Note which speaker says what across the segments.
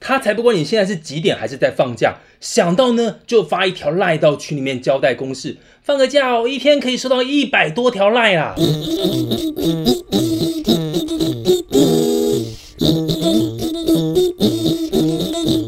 Speaker 1: 他才不管你现在是几点还是在放假，想到呢就发一条赖到群里面交代公事，放个假哦，一天可以收到一百多条赖啊啦。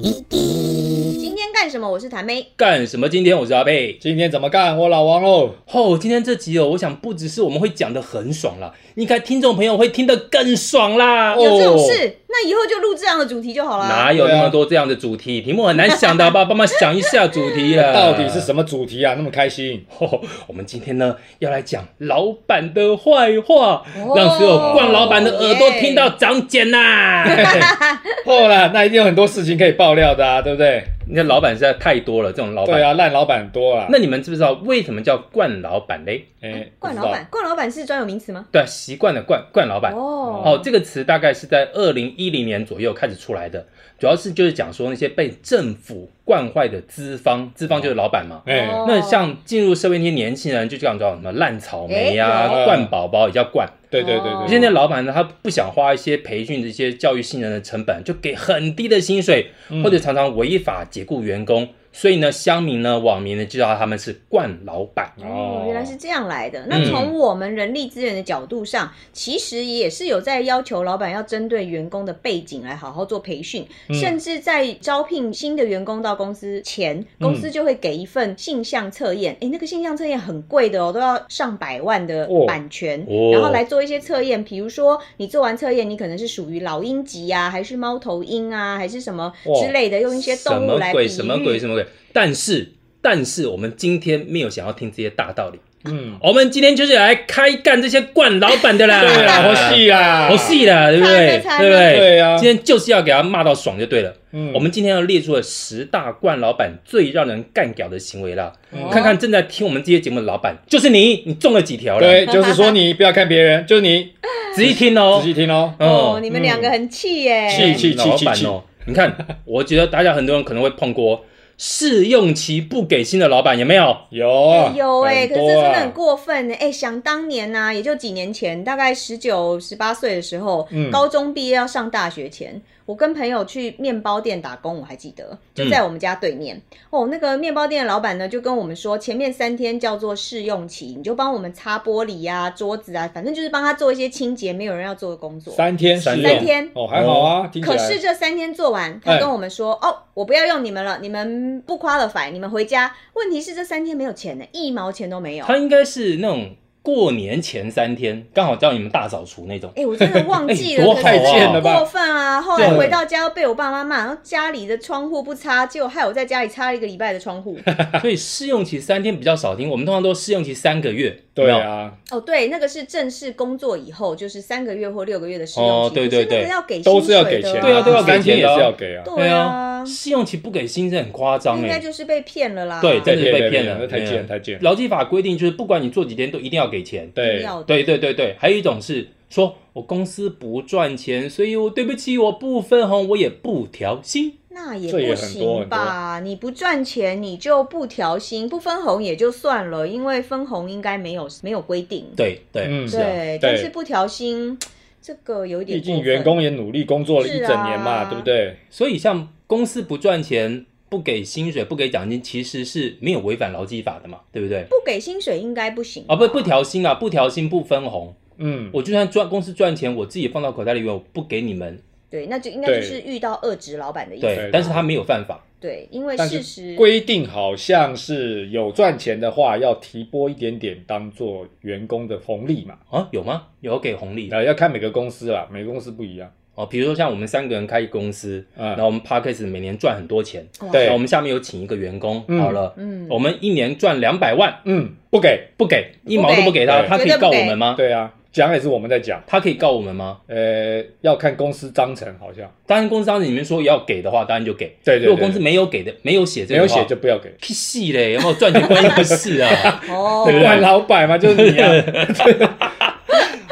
Speaker 2: 今天干什么？我是谭妹。
Speaker 1: 干什么？今天我是阿贝。
Speaker 3: 今天怎么干？我老王喽！
Speaker 1: 哦，今天这集哦，我想不只是我们会讲的很爽啦，应该听众朋友会听得更爽啦。
Speaker 2: 有这种事，那以后就录这样的主题就好了。
Speaker 1: 哦哪有那么多这样的主题？题目很难想的，好不 好？帮忙想一下主题了。
Speaker 3: 到底是什么主题啊？那么开心？
Speaker 1: 哦，我们今天呢要来讲老板的坏话，
Speaker 2: 哦
Speaker 1: 让所有逛老板的耳朵听 到哎长茧呐、
Speaker 3: 哦啦，那一定有很多事情可以爆料的啊，对不对？
Speaker 1: 你看老板实在太多了，这种老板。
Speaker 3: 对啊，烂老板多啦。
Speaker 1: 那你们知不知道为什么叫惯老板嘞？
Speaker 3: 哎
Speaker 2: 冠老板，，冠老板是专有名词吗？
Speaker 1: 对啊，习惯的惯惯老板。
Speaker 2: 哦，
Speaker 1: 哦，这个词大概是在二零一零年左右开始出来的，主要是就是讲说那些被政府惯坏的资方，资方就是老板嘛。
Speaker 3: 不知道哎，
Speaker 2: 哦
Speaker 1: 那像进入社会那些年轻人，就讲叫什么烂草莓呀、
Speaker 2: 啊
Speaker 3: 哎有
Speaker 1: 惯宝宝也叫惯。
Speaker 3: 对对
Speaker 2: 哦
Speaker 3: 对
Speaker 1: 现
Speaker 3: 对，
Speaker 1: 在老板呢，他不想花一些培训这些教育新人的成本，就给很低的薪水，
Speaker 3: 嗯
Speaker 1: 或者常常违法解雇员工。所以呢，乡民呢、网民呢，就叫他们是惯老板。
Speaker 2: 哦，原来是这样来的。
Speaker 1: 嗯
Speaker 2: 那从我们人力资源的角度上，其实也是有在要求老板要针对员工的背景来好好做培训，
Speaker 1: 嗯
Speaker 2: 甚至在招聘新的员工到公司前，
Speaker 1: 嗯
Speaker 2: 公司就会给一份性向测验。诶，那个性向测验很贵的哦，都要上百万的
Speaker 3: 哦
Speaker 2: 版权，
Speaker 1: 哦
Speaker 2: 然后来做一些测验，比如说你做完测验，你可能是属于老鹰级啊，还是猫头鹰啊，还是什么
Speaker 3: 哦
Speaker 2: 之类的，用一些
Speaker 1: 什
Speaker 2: 动
Speaker 1: 么
Speaker 2: 物来比
Speaker 1: 鬼？
Speaker 2: 喻。
Speaker 1: 什么鬼？什么鬼？但是，但是我们今天没有想要听这些大道理，
Speaker 3: 嗯，
Speaker 1: 我们今天就是来开干这些惯老板的啦。
Speaker 3: 对啦，好，戏啊，
Speaker 1: 好，戏啦，对不对？
Speaker 2: 猜猜猜
Speaker 1: 对不对？
Speaker 3: 对啊
Speaker 1: 今天就是要给他骂到爽就对了。
Speaker 3: 嗯
Speaker 1: 我们今天要列出了十大惯老板最让人干屌的行为啦，
Speaker 2: 哦
Speaker 1: 看看正在听我们这些节目的老板，就是你，你中了几条了？
Speaker 3: 对，就是说你不要看别人，就是你
Speaker 1: 仔细听哦
Speaker 3: 仔，细听哦。
Speaker 2: 哦，
Speaker 1: 嗯
Speaker 2: 你们两个很气耶、
Speaker 3: 气气
Speaker 1: 老板
Speaker 3: 气气
Speaker 1: 哦，你看，我觉得大家很多人可能会碰过试用期不给薪的老板，有没有？
Speaker 3: 有
Speaker 2: 有哎、
Speaker 3: 很
Speaker 2: 可是
Speaker 3: 多
Speaker 2: 这真的
Speaker 3: 啊
Speaker 2: 很过分呢、哎、想当年呐、也就几年前，大概十九、十八岁的时候，
Speaker 3: 嗯
Speaker 2: 高中毕业要上大学前，我跟朋友去面包店打工，我还记
Speaker 3: 嗯
Speaker 2: 得，就在我们家对面。哦，那个面包店的老板呢，就跟我们说，前面三天叫做试用期，你就帮我们擦玻璃呀、桌子啊，反正就是帮他做一些清洁没有人要做的工作。
Speaker 3: 三天
Speaker 1: 三
Speaker 3: 试
Speaker 2: 三
Speaker 3: 用，
Speaker 2: 天。
Speaker 3: 哦，还好啊，听起
Speaker 2: 可
Speaker 3: 来
Speaker 2: 是这三天做完，他
Speaker 3: 哎
Speaker 2: 跟我们说：“哦，我不要用你们了，你们不 qualify，你们回家。”问题是这三天没有钱呢，一毛钱都没有。
Speaker 1: 他应该是那种过年前三天，刚好叫你们大扫除那种。
Speaker 2: 哎、我真的忘记了，
Speaker 1: 哎多
Speaker 2: 可是
Speaker 1: 好啊
Speaker 3: 太贱了
Speaker 2: 过
Speaker 3: 吧？
Speaker 2: 分啊！后来回到家又被我爸妈骂，然后家里的窗户不擦，结果害我在家里擦了一个礼拜的窗 户。
Speaker 1: 所以试用期三天比较少听，我们通常都试用期三个月。有
Speaker 3: 对
Speaker 1: 没有，
Speaker 3: 啊，
Speaker 2: 哦，对，那个是正式工作以后，就是三个月或六个月的试用期，
Speaker 1: 哦对对
Speaker 2: 可是那
Speaker 1: 对
Speaker 2: 个要给薪水的
Speaker 3: 都是要给钱，
Speaker 1: 对啊都要给
Speaker 3: 三天
Speaker 1: 钱
Speaker 3: 也
Speaker 1: 的啊
Speaker 3: 是要给啊。
Speaker 2: 对啊，
Speaker 1: 试用期不给薪是很夸张
Speaker 2: 应该
Speaker 1: 哎。
Speaker 2: 就是被骗了啦。
Speaker 1: 对，真的是
Speaker 3: 被骗
Speaker 1: 被骗
Speaker 3: 被
Speaker 1: 了，
Speaker 3: 骗太
Speaker 1: 对啊
Speaker 3: 贱太贱
Speaker 1: 劳基法规定就是不管你做几天，都一定要给钱。
Speaker 3: 对，
Speaker 2: 要的
Speaker 1: 对对对对，还有一种是说我公司不赚钱，所以我对不起，我不分红，我也不调薪。
Speaker 2: 那也
Speaker 3: 这
Speaker 2: 不
Speaker 3: 也很多
Speaker 2: 行吧？你不赚钱，你就不调薪，不分红也就算了，因为分红应该没有没有规定。
Speaker 1: 对对，
Speaker 3: 嗯
Speaker 1: 是啊。
Speaker 2: 对，
Speaker 3: 对
Speaker 2: 但是不调薪，这个有一点
Speaker 3: 毕
Speaker 2: 过分。
Speaker 3: 竟员工也努力工作了一整年
Speaker 2: 是
Speaker 3: 嘛，
Speaker 2: 啊
Speaker 3: 对不对？
Speaker 1: 所以像公司不赚钱，不给薪水，不给奖金，其实是没有违反劳基法的嘛，对不对？
Speaker 2: 不给薪水应该不行
Speaker 1: 啊，不不调薪啊，不调薪不分红，
Speaker 3: 嗯，
Speaker 1: 我就算赚公司赚钱，我自己放到口袋里面，我不给你们。
Speaker 2: 对，那就应该
Speaker 3: 对
Speaker 2: 就是遇到恶职老板的意
Speaker 1: 对，
Speaker 2: 思。
Speaker 1: 但是他没有犯法。
Speaker 2: 对，因为
Speaker 3: 但
Speaker 2: 事
Speaker 3: 是
Speaker 2: 实
Speaker 3: 规定好像是有赚钱的话，要提拨一点点当做员工的红利嘛。
Speaker 1: 啊，有吗？有给红利
Speaker 3: 呃，要看每个公司啦，每个公司不一样。
Speaker 1: 哦，比如说像我们三个人开一个公司，
Speaker 3: 嗯
Speaker 1: 然后我们 p a c k a g e 每年赚很多钱，
Speaker 2: 哇
Speaker 3: 对
Speaker 1: 然后我们下面有请一个员工，
Speaker 3: 嗯
Speaker 1: 好了，
Speaker 2: 嗯，
Speaker 1: 我们一年赚两百万，
Speaker 3: 嗯，不给。
Speaker 1: 不给一毛都不给他，
Speaker 3: 对
Speaker 1: 他可
Speaker 2: 绝
Speaker 1: 以
Speaker 2: 对
Speaker 1: 告
Speaker 2: 不给
Speaker 1: 我们吗？
Speaker 3: 对啊，讲也是我们在讲，
Speaker 1: 他可以告我们吗？
Speaker 3: 呃，要看公司章程，好像
Speaker 1: 当然，公司当时你们说要给的话，当然就给。
Speaker 3: 对对对
Speaker 1: 如果公司没有给的，没有写这
Speaker 3: 没
Speaker 1: 个
Speaker 3: 有
Speaker 1: 的话，
Speaker 3: 写就不要给。
Speaker 1: 屁戏嘞，有没有赚钱关你的事 啊？
Speaker 2: 哦，
Speaker 1: 对不对
Speaker 3: 管老板嘛，就是你啊，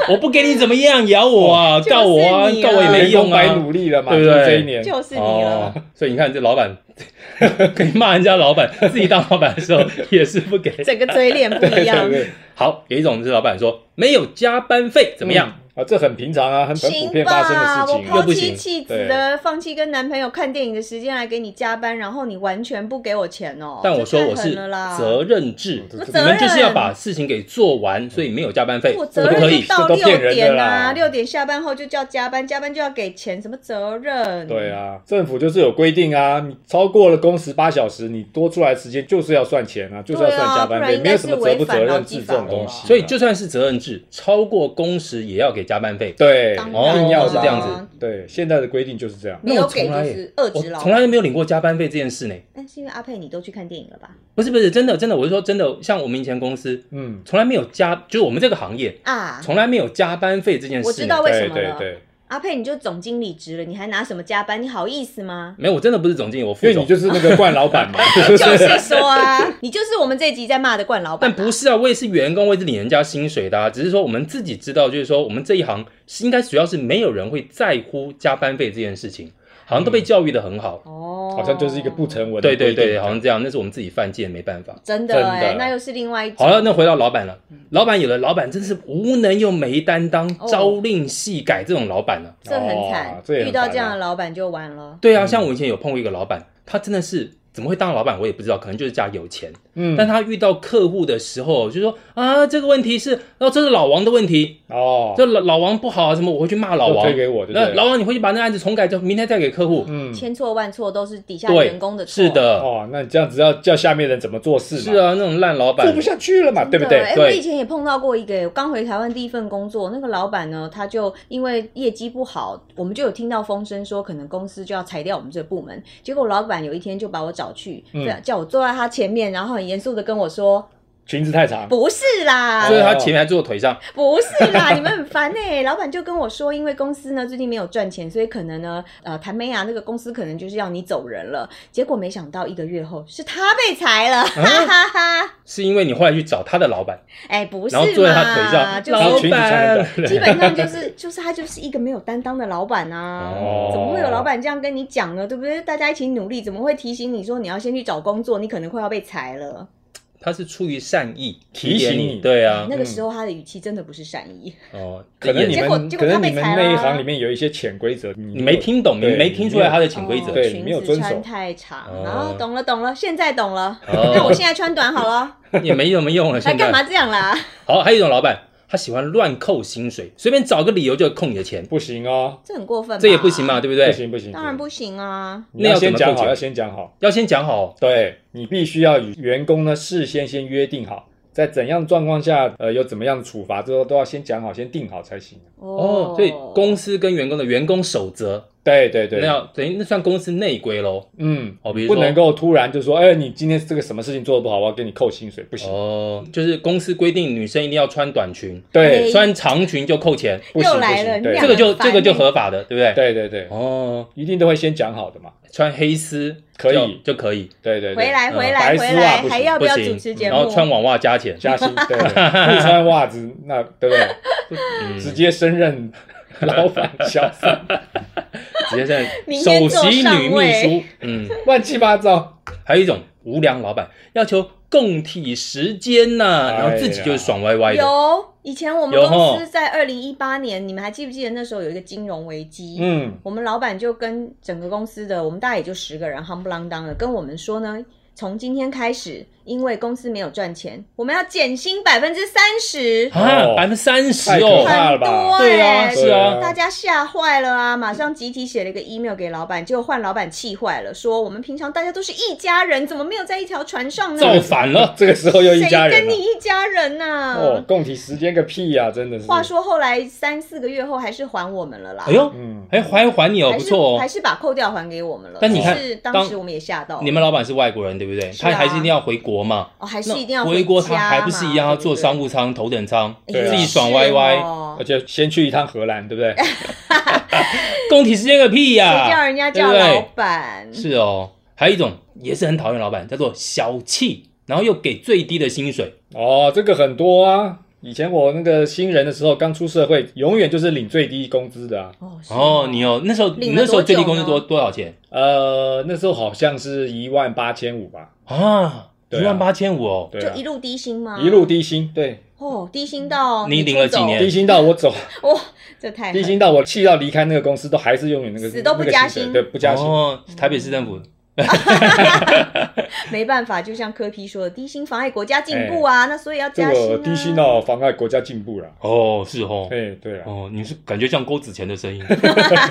Speaker 1: 我不给你怎么样，咬我啊，
Speaker 2: 就是
Speaker 1: 告我啊，
Speaker 2: 你啊
Speaker 1: 告我也 没
Speaker 3: 员工
Speaker 1: 用
Speaker 3: 白
Speaker 1: 啊。
Speaker 3: 努力了嘛，
Speaker 1: 对不
Speaker 3: 就
Speaker 1: 对
Speaker 3: 这一 年。
Speaker 2: 就是你了。
Speaker 1: 哦，所以你看这老板 可以骂人家老 板，自己当老板的时候也是不给。
Speaker 2: 整个嘴脸不一
Speaker 3: 对
Speaker 2: 样
Speaker 3: 对，对，
Speaker 1: 好，有一种是老板说没有加班费怎么样？
Speaker 3: 嗯？啊，这很平常啊，很很普
Speaker 2: 行
Speaker 3: 遍发生
Speaker 2: 吧，
Speaker 3: 的事
Speaker 2: 我
Speaker 3: 情。啊
Speaker 1: 又
Speaker 2: 抛
Speaker 1: 不
Speaker 2: 弃
Speaker 1: 行
Speaker 2: 妻子
Speaker 3: 对
Speaker 2: 的，放弃跟男朋友看电影的时间来给你加班，然后你完全不给我钱哦。
Speaker 1: 但我
Speaker 2: 这
Speaker 1: 说
Speaker 2: 太
Speaker 1: 我
Speaker 2: 狠
Speaker 1: 是
Speaker 2: 了啦
Speaker 1: 责任制，
Speaker 3: 嗯
Speaker 1: 你们就是要把事情给做完，所以没有加班费，
Speaker 2: 我
Speaker 1: 可
Speaker 2: 责
Speaker 1: 不可
Speaker 2: 任
Speaker 1: 以
Speaker 2: 就？到
Speaker 3: 这都
Speaker 2: 六
Speaker 3: 骗人的
Speaker 2: 点啊，
Speaker 3: 啦
Speaker 2: 六点下班后就叫加班，加班就要给钱，什么责任？
Speaker 3: 对啊，政府就是有规定啊，你超过了工时八小时，你多出来时间就是要算钱啊，就是要算加班
Speaker 2: 不然
Speaker 3: 费，
Speaker 2: 应
Speaker 3: 没
Speaker 2: 该
Speaker 3: 有
Speaker 2: 是
Speaker 3: 什么责不责
Speaker 2: 违反劳
Speaker 3: 任
Speaker 2: 基
Speaker 3: 制
Speaker 2: 法
Speaker 3: 这
Speaker 2: 的
Speaker 3: 种东西啊。
Speaker 1: 所以就算是责任制，超过工时也要给加班费。
Speaker 3: 对，
Speaker 2: 当
Speaker 1: 然
Speaker 3: 硬要
Speaker 1: 是这样子
Speaker 3: 拉，对，现在的规定就是这样。
Speaker 2: 没
Speaker 1: 那
Speaker 2: 有
Speaker 1: 我
Speaker 2: 给
Speaker 1: 从
Speaker 2: 就
Speaker 1: 来
Speaker 2: 是遏
Speaker 1: 我
Speaker 2: 制劳
Speaker 1: 从来没有领过加班费这件事呢。
Speaker 2: 但是因为阿佩你都去看电影了吧？
Speaker 1: 不是不是，真的真的，我是说真的，像我们以前公司
Speaker 3: 嗯，
Speaker 1: 从来没有加，就是我们这个行业
Speaker 2: 啊，
Speaker 1: 从来没有加班费这件事呢。
Speaker 2: 我知道为什
Speaker 3: 对
Speaker 2: 么
Speaker 3: 对
Speaker 2: 了。
Speaker 3: 对，
Speaker 2: 阿佩你就总经理职了，你还拿什么加班？你好意思 吗？
Speaker 1: 没有，我真的不是总经理，我副
Speaker 3: 因为
Speaker 1: 总。
Speaker 3: 你就是那个惯老 板嘛，
Speaker 2: 就是说啊，你就是我们这一集在骂的冠老板
Speaker 1: 但
Speaker 2: 啊，
Speaker 1: 不是啊，我也是员工，我也是领人家薪水的、啊，只是说我们自己知道，就是说我们这一行是应该主要是没有人会在乎加班费这件事情，好像都被教育的很好。
Speaker 2: 哦，
Speaker 3: 好像就是一个不成文的
Speaker 1: 对
Speaker 3: 规定。
Speaker 1: 对对，好像这样，嗯那是我们自己犯贱，没办法。
Speaker 2: 真
Speaker 3: 真
Speaker 2: 的
Speaker 3: 的
Speaker 2: 哎，那又是另外一种。
Speaker 1: 好了，那回到老板了。老板有的老板真是无能又没担当，
Speaker 2: 哦
Speaker 1: 朝令夕改这种老板了、
Speaker 2: 这很惨
Speaker 3: 哦，这也很
Speaker 2: 遇到
Speaker 3: 烦啊
Speaker 2: 这样的老板就完了。
Speaker 1: 对啊，像我以前有碰过一个老板，他真的是怎么会当老板，我也不知道，可能就是家里有钱。
Speaker 3: 嗯，
Speaker 1: 但他遇到客户的时候，就说啊，这个问题是，哦，这是老王的问题，
Speaker 3: 哦，
Speaker 1: 这老老王不好啊，什么我会去骂老
Speaker 3: 就
Speaker 1: 王
Speaker 3: 推。给我就对
Speaker 1: 那
Speaker 3: 了，
Speaker 1: 老王，你回去把那个案子重改，就明天再给客户。
Speaker 3: 嗯，
Speaker 2: 千错万错都是底下
Speaker 1: 对
Speaker 2: 员工的错，
Speaker 1: 是的，
Speaker 3: 哦，那你这样子要叫下面人怎么做事嘛？
Speaker 1: 是啊，那种烂老板
Speaker 3: 做不下去了嘛，对
Speaker 2: 真的。
Speaker 3: 不对？
Speaker 2: 哎、
Speaker 1: 对
Speaker 2: 我以前也碰到过一个，我刚回台湾第一份工作，那个老板呢，他就因为业绩不好，我们就有听到风声说可能公司就要裁掉我们这个部门。结果老板有一天就把我找去，
Speaker 3: 嗯
Speaker 2: 这样叫我坐在他前面，然后很严肃的跟我说
Speaker 3: 裙子太：“长，
Speaker 2: 不是啦，
Speaker 3: 哦
Speaker 1: 所以他前面还坐我腿上，
Speaker 2: 不是啦，你们很烦哎、 老板就跟我说，因为公司呢最近没有赚钱，所以可能呢，呃，谭美雅那个公司可能就是要你走人了。结果没想到一个月后是他被裁
Speaker 1: 啊
Speaker 2: 了，哈哈哈！
Speaker 1: 是因为你后来去找他的老板，
Speaker 2: 哎、不是
Speaker 1: 然后坐在他腿
Speaker 2: 嘛，
Speaker 1: 上，
Speaker 2: 就
Speaker 1: 然
Speaker 3: 老
Speaker 1: 后
Speaker 2: 是
Speaker 1: 裙
Speaker 3: 板
Speaker 1: 子穿得短
Speaker 2: 基本上就是 就是他就是一个没有担当的老板啊。
Speaker 1: 哦
Speaker 2: 怎么会有老板这样跟你讲呢？对不对？大家一起努力，怎么会提醒你说你要先去找工作？你可能快要被裁了。哎
Speaker 1: 他是出于善意
Speaker 3: 提醒
Speaker 1: 点
Speaker 3: 你
Speaker 1: 对啊，
Speaker 2: 那个时候他的语气真的不是善意。
Speaker 1: 哦，
Speaker 3: 可能你
Speaker 1: 也
Speaker 2: 结
Speaker 3: 们
Speaker 2: 果结果
Speaker 3: 可
Speaker 2: 他
Speaker 3: 能
Speaker 2: 被
Speaker 3: 你们
Speaker 2: 裁了啊
Speaker 3: 那一行里面有一些潜规则，你
Speaker 1: 你没听懂，你
Speaker 3: 对
Speaker 1: 没听出来他的潜规则
Speaker 2: 哦，
Speaker 3: 对
Speaker 2: 裙
Speaker 3: 没有
Speaker 2: 子
Speaker 3: 遵守
Speaker 2: 穿太长，
Speaker 1: 哦
Speaker 2: 然后懂了懂了，现在懂了。
Speaker 1: 哦
Speaker 2: 那我现在穿短好了，
Speaker 1: 也没什么用了。
Speaker 2: 还
Speaker 1: 现
Speaker 2: 干嘛
Speaker 1: 在
Speaker 2: 这样啦？
Speaker 1: 好，还有一种老板，他喜欢乱扣薪水，随便找个理由就扣你的钱，
Speaker 3: 不行哦，
Speaker 2: 这很过分，
Speaker 1: 这也不行？嘛，对不
Speaker 3: 不
Speaker 1: 对？
Speaker 3: 行不行，
Speaker 2: 当然不行啊！
Speaker 3: 你
Speaker 1: 那
Speaker 3: 要先
Speaker 1: 要怎么
Speaker 3: 讲
Speaker 1: 破
Speaker 3: 好，
Speaker 1: 解
Speaker 3: 要先讲好，
Speaker 1: 要先讲好哦，
Speaker 3: 对你必须要与员工呢事先先约定好，在怎样状况下，呃，有怎么样的处罚，这都都要先讲好，先定好才行。
Speaker 1: 哦，所以公司跟员工的员工守则，
Speaker 3: 对对对，
Speaker 1: 那要等于那算公司内规喽。
Speaker 3: 嗯，
Speaker 1: 哦，比如
Speaker 3: 不
Speaker 1: 说
Speaker 3: 能够突然就说，哎，你今天这个什么事情做的不好，我要给你扣薪水，不行，
Speaker 1: 哦，就是公司规定女生一定要穿短裙，
Speaker 3: 对
Speaker 2: 哎，
Speaker 1: 穿长裙就扣钱，
Speaker 3: 不行
Speaker 2: 又
Speaker 3: 不
Speaker 2: 来了
Speaker 3: 行，对
Speaker 2: 你
Speaker 1: 这个就
Speaker 2: 很烦
Speaker 1: 这个就
Speaker 2: 欸
Speaker 1: 合法的，对不对？
Speaker 3: 对对对，
Speaker 1: 哦，
Speaker 3: 一定都会先讲好的嘛，
Speaker 1: 穿黑丝
Speaker 3: 可以
Speaker 1: 就就可以，
Speaker 3: 对对对，
Speaker 2: 回来
Speaker 1: 嗯
Speaker 2: 回来
Speaker 3: 白丝
Speaker 2: 回
Speaker 3: 袜
Speaker 2: 来，
Speaker 3: 不行
Speaker 2: 还要
Speaker 1: 不
Speaker 2: 不要
Speaker 1: 行
Speaker 2: 主持
Speaker 1: 嗯
Speaker 2: 节
Speaker 1: 然后穿
Speaker 2: 目？
Speaker 1: 网袜加钱，
Speaker 3: 加薪，对，不穿袜子，那对不对？
Speaker 1: 嗯
Speaker 3: 直接升任老板小 三，
Speaker 1: 直接在
Speaker 2: 明天
Speaker 1: 首
Speaker 2: 坐
Speaker 1: 席女
Speaker 2: 上
Speaker 1: 秘
Speaker 2: 位
Speaker 1: 书，嗯，
Speaker 3: 乱七八糟。
Speaker 1: 还有一种无良老板要求供体时间呐、
Speaker 3: 哎呀
Speaker 1: 然后自己就是爽歪歪的，
Speaker 2: 有以前我们
Speaker 1: 有
Speaker 2: 公
Speaker 1: 吼
Speaker 2: 司在二零一八年，你们还记不记得那时候有一个金融危机？
Speaker 3: 嗯，
Speaker 2: 我们老板就跟整个公司的，我们大概也就十个人，夯不啷当的，跟我们说呢，从今天开始，因为公司没有赚钱，我们要减薪百分之三十，
Speaker 1: 啊，
Speaker 3: 哦
Speaker 1: 百分之三十
Speaker 3: 太可
Speaker 1: 哦，
Speaker 3: 怕了
Speaker 2: 很
Speaker 3: 吧
Speaker 2: 多
Speaker 1: 对
Speaker 2: 哎、
Speaker 1: 啊，是啊，
Speaker 2: 大家吓坏了啊！马上集体写了一个 email 给老板，结果换老板气坏了，说我们平常大家都是一家人，怎么没有在一条船上
Speaker 3: 啊
Speaker 2: 呢？
Speaker 1: 造反了，
Speaker 3: 这个时候又一
Speaker 2: 谁
Speaker 3: 家人啊
Speaker 2: 跟你
Speaker 3: 了。
Speaker 2: 一家人呐、
Speaker 3: 哦，供体时间个屁呀、真的是。
Speaker 2: 话，说后来三四个月后还是还我们了啦，
Speaker 1: 哎呦，
Speaker 3: 嗯，
Speaker 1: 哎还还你哦，
Speaker 2: 还
Speaker 1: 不
Speaker 2: 是
Speaker 1: 错
Speaker 2: 还
Speaker 1: 哦。
Speaker 2: 是把扣掉还给我们了。
Speaker 1: 但你看
Speaker 2: 只是当
Speaker 1: 当
Speaker 2: 时我们也吓到了
Speaker 1: 你们老板是外国人对不对？
Speaker 2: 是啊
Speaker 1: 他还是一定要回国嘛？
Speaker 2: 哦，还是
Speaker 1: 那
Speaker 2: 一定要
Speaker 1: 回
Speaker 2: 国
Speaker 1: 国，他还不是一样要坐商务舱、头等舱，
Speaker 3: 对啊
Speaker 1: 自己爽歪歪，
Speaker 3: 而
Speaker 2: 哎哦、
Speaker 3: 且先去一趟荷兰，对不对？
Speaker 1: 供体时间个屁
Speaker 2: 谁叫
Speaker 1: 呀！
Speaker 2: 人家叫
Speaker 1: 对不对
Speaker 2: 老板？
Speaker 1: 是哦，还有一种也是很讨厌老板，叫做小气，然后又给最低的薪水，
Speaker 3: 哦，这个很多啊。以前我那个新人的时候，刚出社会，永远就是领最低工资的啊。
Speaker 2: 哦，是
Speaker 1: 哦，你有那时候你
Speaker 2: 领了
Speaker 1: 那时候最低
Speaker 2: 多
Speaker 1: 工
Speaker 2: 久
Speaker 1: 资
Speaker 2: 呢
Speaker 1: 多多少钱
Speaker 3: 呃，那时候好像是一万八千五吧，
Speaker 1: 啊？一
Speaker 3: 对啊
Speaker 1: 万八千五哦，
Speaker 3: 对
Speaker 2: 就
Speaker 3: 啊
Speaker 2: 一，路低薪吗？
Speaker 3: 一路低薪，对，
Speaker 2: 哦，低薪到
Speaker 3: 嗯
Speaker 1: 你领
Speaker 2: 出
Speaker 1: 了几
Speaker 2: 走
Speaker 1: 年
Speaker 3: 低薪到我走，
Speaker 2: 哇，这太
Speaker 3: 低
Speaker 2: 狠
Speaker 3: 薪到我气到离开那个公司，都还是用你那个
Speaker 2: 死都不
Speaker 3: 那个
Speaker 2: 加
Speaker 3: 薪水
Speaker 2: 薪
Speaker 3: 对，不加薪。
Speaker 1: 哦，台北市政府
Speaker 2: 没办法，就像柯皮说的，低薪妨碍国家进步啊，那所以要
Speaker 3: 这
Speaker 2: 加薪、
Speaker 3: 个
Speaker 2: 啊。
Speaker 3: 低薪到妨碍国家进步了。
Speaker 1: 哦，是哦，
Speaker 3: 哎，对啊，
Speaker 1: 哦，你是感觉像勾子钱的声音。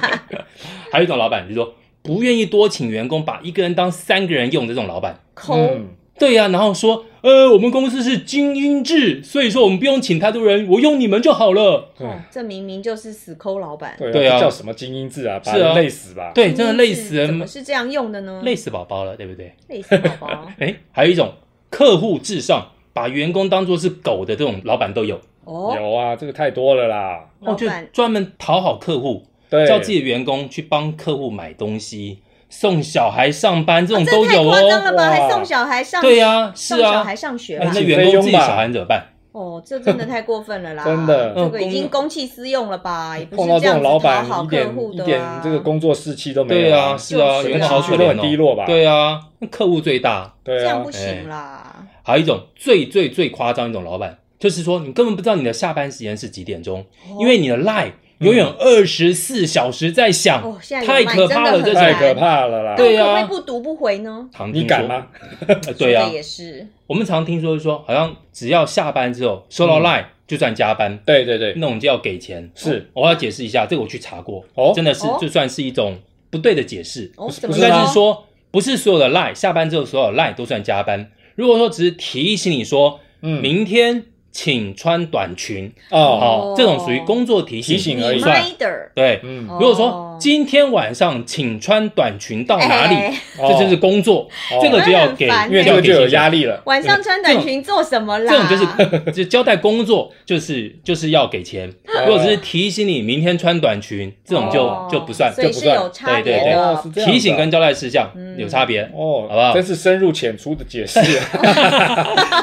Speaker 1: 还有一种老板，就是说不愿意多请员工，把一个人当三个人用的这种老板。
Speaker 2: 抠、
Speaker 3: 嗯，
Speaker 1: 对呀、然后说，呃，我们公司是精英制，所以说我们不用请太多人，我用你们就好了。
Speaker 3: 哎
Speaker 2: 哦这明明就是死抠老板。
Speaker 3: 对
Speaker 1: 对
Speaker 3: 啊，
Speaker 1: 啊
Speaker 3: 这叫什么精英制啊，把
Speaker 1: 是啊
Speaker 3: 人累死吧。
Speaker 1: 对，真的累死
Speaker 2: 怎么
Speaker 1: 人，
Speaker 2: 嗯是这样用的呢？
Speaker 1: 累死宝宝了，对不对？
Speaker 2: 累死宝 宝
Speaker 1: 哎，还有一种客户至上，把员工当做是狗的这种老板都有，
Speaker 2: 哦，
Speaker 3: 有啊，这个太多了啦。
Speaker 1: 哦，
Speaker 2: 老
Speaker 1: 就
Speaker 2: 板
Speaker 1: 专门讨好客户，
Speaker 3: 对，
Speaker 1: 叫自己的员工去帮客户买东西、送小孩上班，这种
Speaker 2: 啊这
Speaker 1: 都
Speaker 2: 太
Speaker 1: 有
Speaker 2: 夸张
Speaker 1: 哦。
Speaker 2: 了吧？
Speaker 3: 哇
Speaker 2: 还送小孩上
Speaker 1: 对呀、是
Speaker 2: 送小
Speaker 1: 啊
Speaker 2: 孩，上学
Speaker 1: 哎
Speaker 2: 吧？
Speaker 1: 那
Speaker 3: 请
Speaker 1: 员
Speaker 3: 菲
Speaker 1: 工
Speaker 3: 佣
Speaker 1: 自己
Speaker 3: 吧
Speaker 1: 小孩怎么办？
Speaker 2: 哦，这真的太过分了啦！
Speaker 3: 真的
Speaker 2: 这个已
Speaker 1: 嗯
Speaker 2: 经
Speaker 1: 公
Speaker 2: 公器私用了吧？也不
Speaker 3: 碰
Speaker 2: 是
Speaker 3: 到
Speaker 2: 这
Speaker 3: 这
Speaker 2: 样
Speaker 3: 种
Speaker 2: 子讨
Speaker 3: 老板，
Speaker 2: 好
Speaker 3: 一
Speaker 2: 客
Speaker 3: 点
Speaker 2: 户
Speaker 3: 一
Speaker 2: 的
Speaker 3: 点
Speaker 2: 啊
Speaker 3: 这个工作士气都没有。
Speaker 1: 对啊，是啊，
Speaker 2: 就是
Speaker 1: 员工
Speaker 2: 啊
Speaker 1: 好
Speaker 3: 情
Speaker 1: 可
Speaker 3: 绪都
Speaker 1: 怜
Speaker 3: 很
Speaker 1: 哦。
Speaker 3: 低落吧？
Speaker 1: 对啊，那客户最大，
Speaker 3: 对
Speaker 2: 这样
Speaker 3: 啊
Speaker 2: 不，行啦。
Speaker 1: 还有一种最最最夸张一种老板，就是说你根本不知道你的下班时间是几点钟，
Speaker 2: 哦
Speaker 3: 哎
Speaker 1: 因为你的
Speaker 3: 嗯
Speaker 1: line 永远二十四小时在响，
Speaker 2: 哦，现在
Speaker 1: 太
Speaker 2: 有卖
Speaker 1: 可怕了
Speaker 2: 真的
Speaker 1: 这种
Speaker 2: 很
Speaker 3: 太
Speaker 2: 难
Speaker 3: 可怕了啦。
Speaker 1: 对啊
Speaker 2: 可不可以不读不回呢？
Speaker 1: 常听
Speaker 3: 你
Speaker 1: 说
Speaker 3: 敢？吗？
Speaker 1: 呃对啊
Speaker 2: 说的，也是。
Speaker 1: 我们常听说是说，好像只要下班之后收到 line 就算加班，
Speaker 3: 对对嗯对，
Speaker 1: 那种就要给钱。哦
Speaker 3: 是
Speaker 1: 我要解释一下，这个我去查过，
Speaker 3: 哦
Speaker 1: 真的是
Speaker 2: 哦
Speaker 1: 就算是一种不对的解释，
Speaker 2: 哦，怎
Speaker 3: 不
Speaker 2: 么
Speaker 1: 应
Speaker 3: 是吗
Speaker 1: 该是说不是所有的 line 下班之后所有 line 都算加班。如果说只是提醒你说
Speaker 3: 嗯
Speaker 1: 明天请穿短裙，
Speaker 3: 哦，
Speaker 1: 哦，这种属于工作提醒
Speaker 3: 提醒而已
Speaker 1: 算
Speaker 2: reminder
Speaker 1: 对。
Speaker 3: 嗯
Speaker 1: 如果
Speaker 2: 哦
Speaker 1: 说今天晚上请穿短裙到哪
Speaker 2: 哎
Speaker 1: 里，这就是工作，
Speaker 3: 哦
Speaker 1: 这个就要给，
Speaker 2: 那很烦
Speaker 3: 因为这个就有压
Speaker 1: 力。
Speaker 3: 力了。
Speaker 2: 晚上穿短裙做什么啦？
Speaker 1: 这种就是 就交代工作，就是就是要给钱。
Speaker 3: 哦
Speaker 1: 如果只是提醒你明天穿短裙，这种
Speaker 2: 哦
Speaker 1: 就就不算，
Speaker 2: 所以
Speaker 1: 就不
Speaker 2: 是嗯
Speaker 1: 算
Speaker 2: 有差
Speaker 1: 对
Speaker 2: 别
Speaker 1: 对
Speaker 2: 的
Speaker 3: 哦。是这样子啊
Speaker 1: 提醒跟交代事项有差别，
Speaker 3: 哦，
Speaker 1: 好不好
Speaker 3: 真是深入浅出的 解释。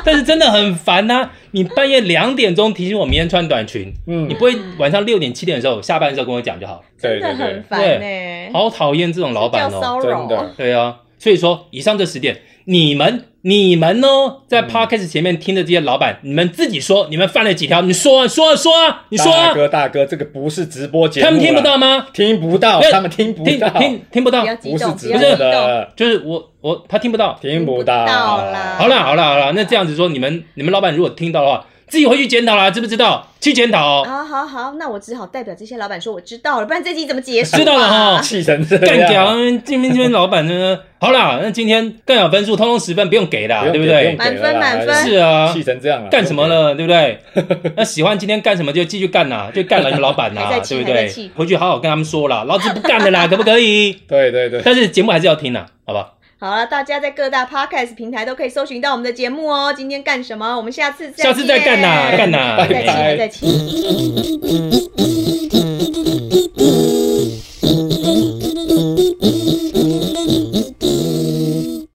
Speaker 1: 但是真的很烦呐。你半夜两点钟提醒我明天穿短裙，
Speaker 3: 嗯
Speaker 1: 你，不会晚上六点七点的时候下班的时候跟我讲就好，
Speaker 2: 真
Speaker 3: 对对
Speaker 2: 的
Speaker 3: 对
Speaker 2: 很，烦呢。
Speaker 1: 好讨厌这种老板
Speaker 2: 嗯叫
Speaker 1: 哦。
Speaker 2: 骚
Speaker 3: 真
Speaker 2: 扰，
Speaker 3: 的
Speaker 1: 对啊，所以说以上这十点，你们你们哦，在 podcast 前面听的这些老板，你们自己说，你们犯了几条？你说啊说啊说啊，你说
Speaker 3: 大
Speaker 1: 啊，
Speaker 3: 哥大哥，这个不是直播节目，
Speaker 1: 他们听不，到吗？
Speaker 3: 听不到，
Speaker 1: 没有
Speaker 3: 他们听不
Speaker 1: 听
Speaker 3: 到，
Speaker 1: 听听不到
Speaker 2: 不，要激
Speaker 3: 不是
Speaker 2: 动，不
Speaker 3: 直
Speaker 2: 要
Speaker 3: 播
Speaker 2: 激动。
Speaker 3: 的，
Speaker 1: 就是我我他听不到。
Speaker 3: 听不
Speaker 2: 听不
Speaker 3: 到
Speaker 2: 到啦
Speaker 1: 好啦好啦好啦，那这样子说，你们你们老板如果听到的话，自己回去检讨啦，知不知道？去检讨哦，
Speaker 2: 好好好，那我只好代表这些老板说我知道了，不然这集怎么结束啊？
Speaker 1: 知道了哈。
Speaker 3: 气成这
Speaker 1: 干掉
Speaker 3: 样，
Speaker 1: 这边这边老板呢？好啦，那今天干掉分数通通十分，不用给啦，
Speaker 3: 不用
Speaker 1: 对不
Speaker 3: 给
Speaker 1: 对
Speaker 3: 不？用给了啦哎
Speaker 2: 满分满分
Speaker 1: 是啊，
Speaker 3: 气成这样了，
Speaker 1: 干什么？了，对不对？那喜欢今天干什么就继续干呐、就干了你们老板呐、
Speaker 2: 还在气
Speaker 1: 对不
Speaker 2: 还在
Speaker 1: 对
Speaker 2: 气？
Speaker 1: 回去好好跟他们说啦，老子不干了啦，可不可 以？
Speaker 3: 对对对，
Speaker 1: 但是节目还是要听啦、好吧？
Speaker 2: 好了，大家在各大 podcast 平台都可以搜寻到我们的节目哦。今天干什么？我们下次再
Speaker 1: 下次再干呐、
Speaker 2: 见
Speaker 1: 干呐、
Speaker 3: 拜
Speaker 2: 再
Speaker 3: 拜
Speaker 2: 见，再见。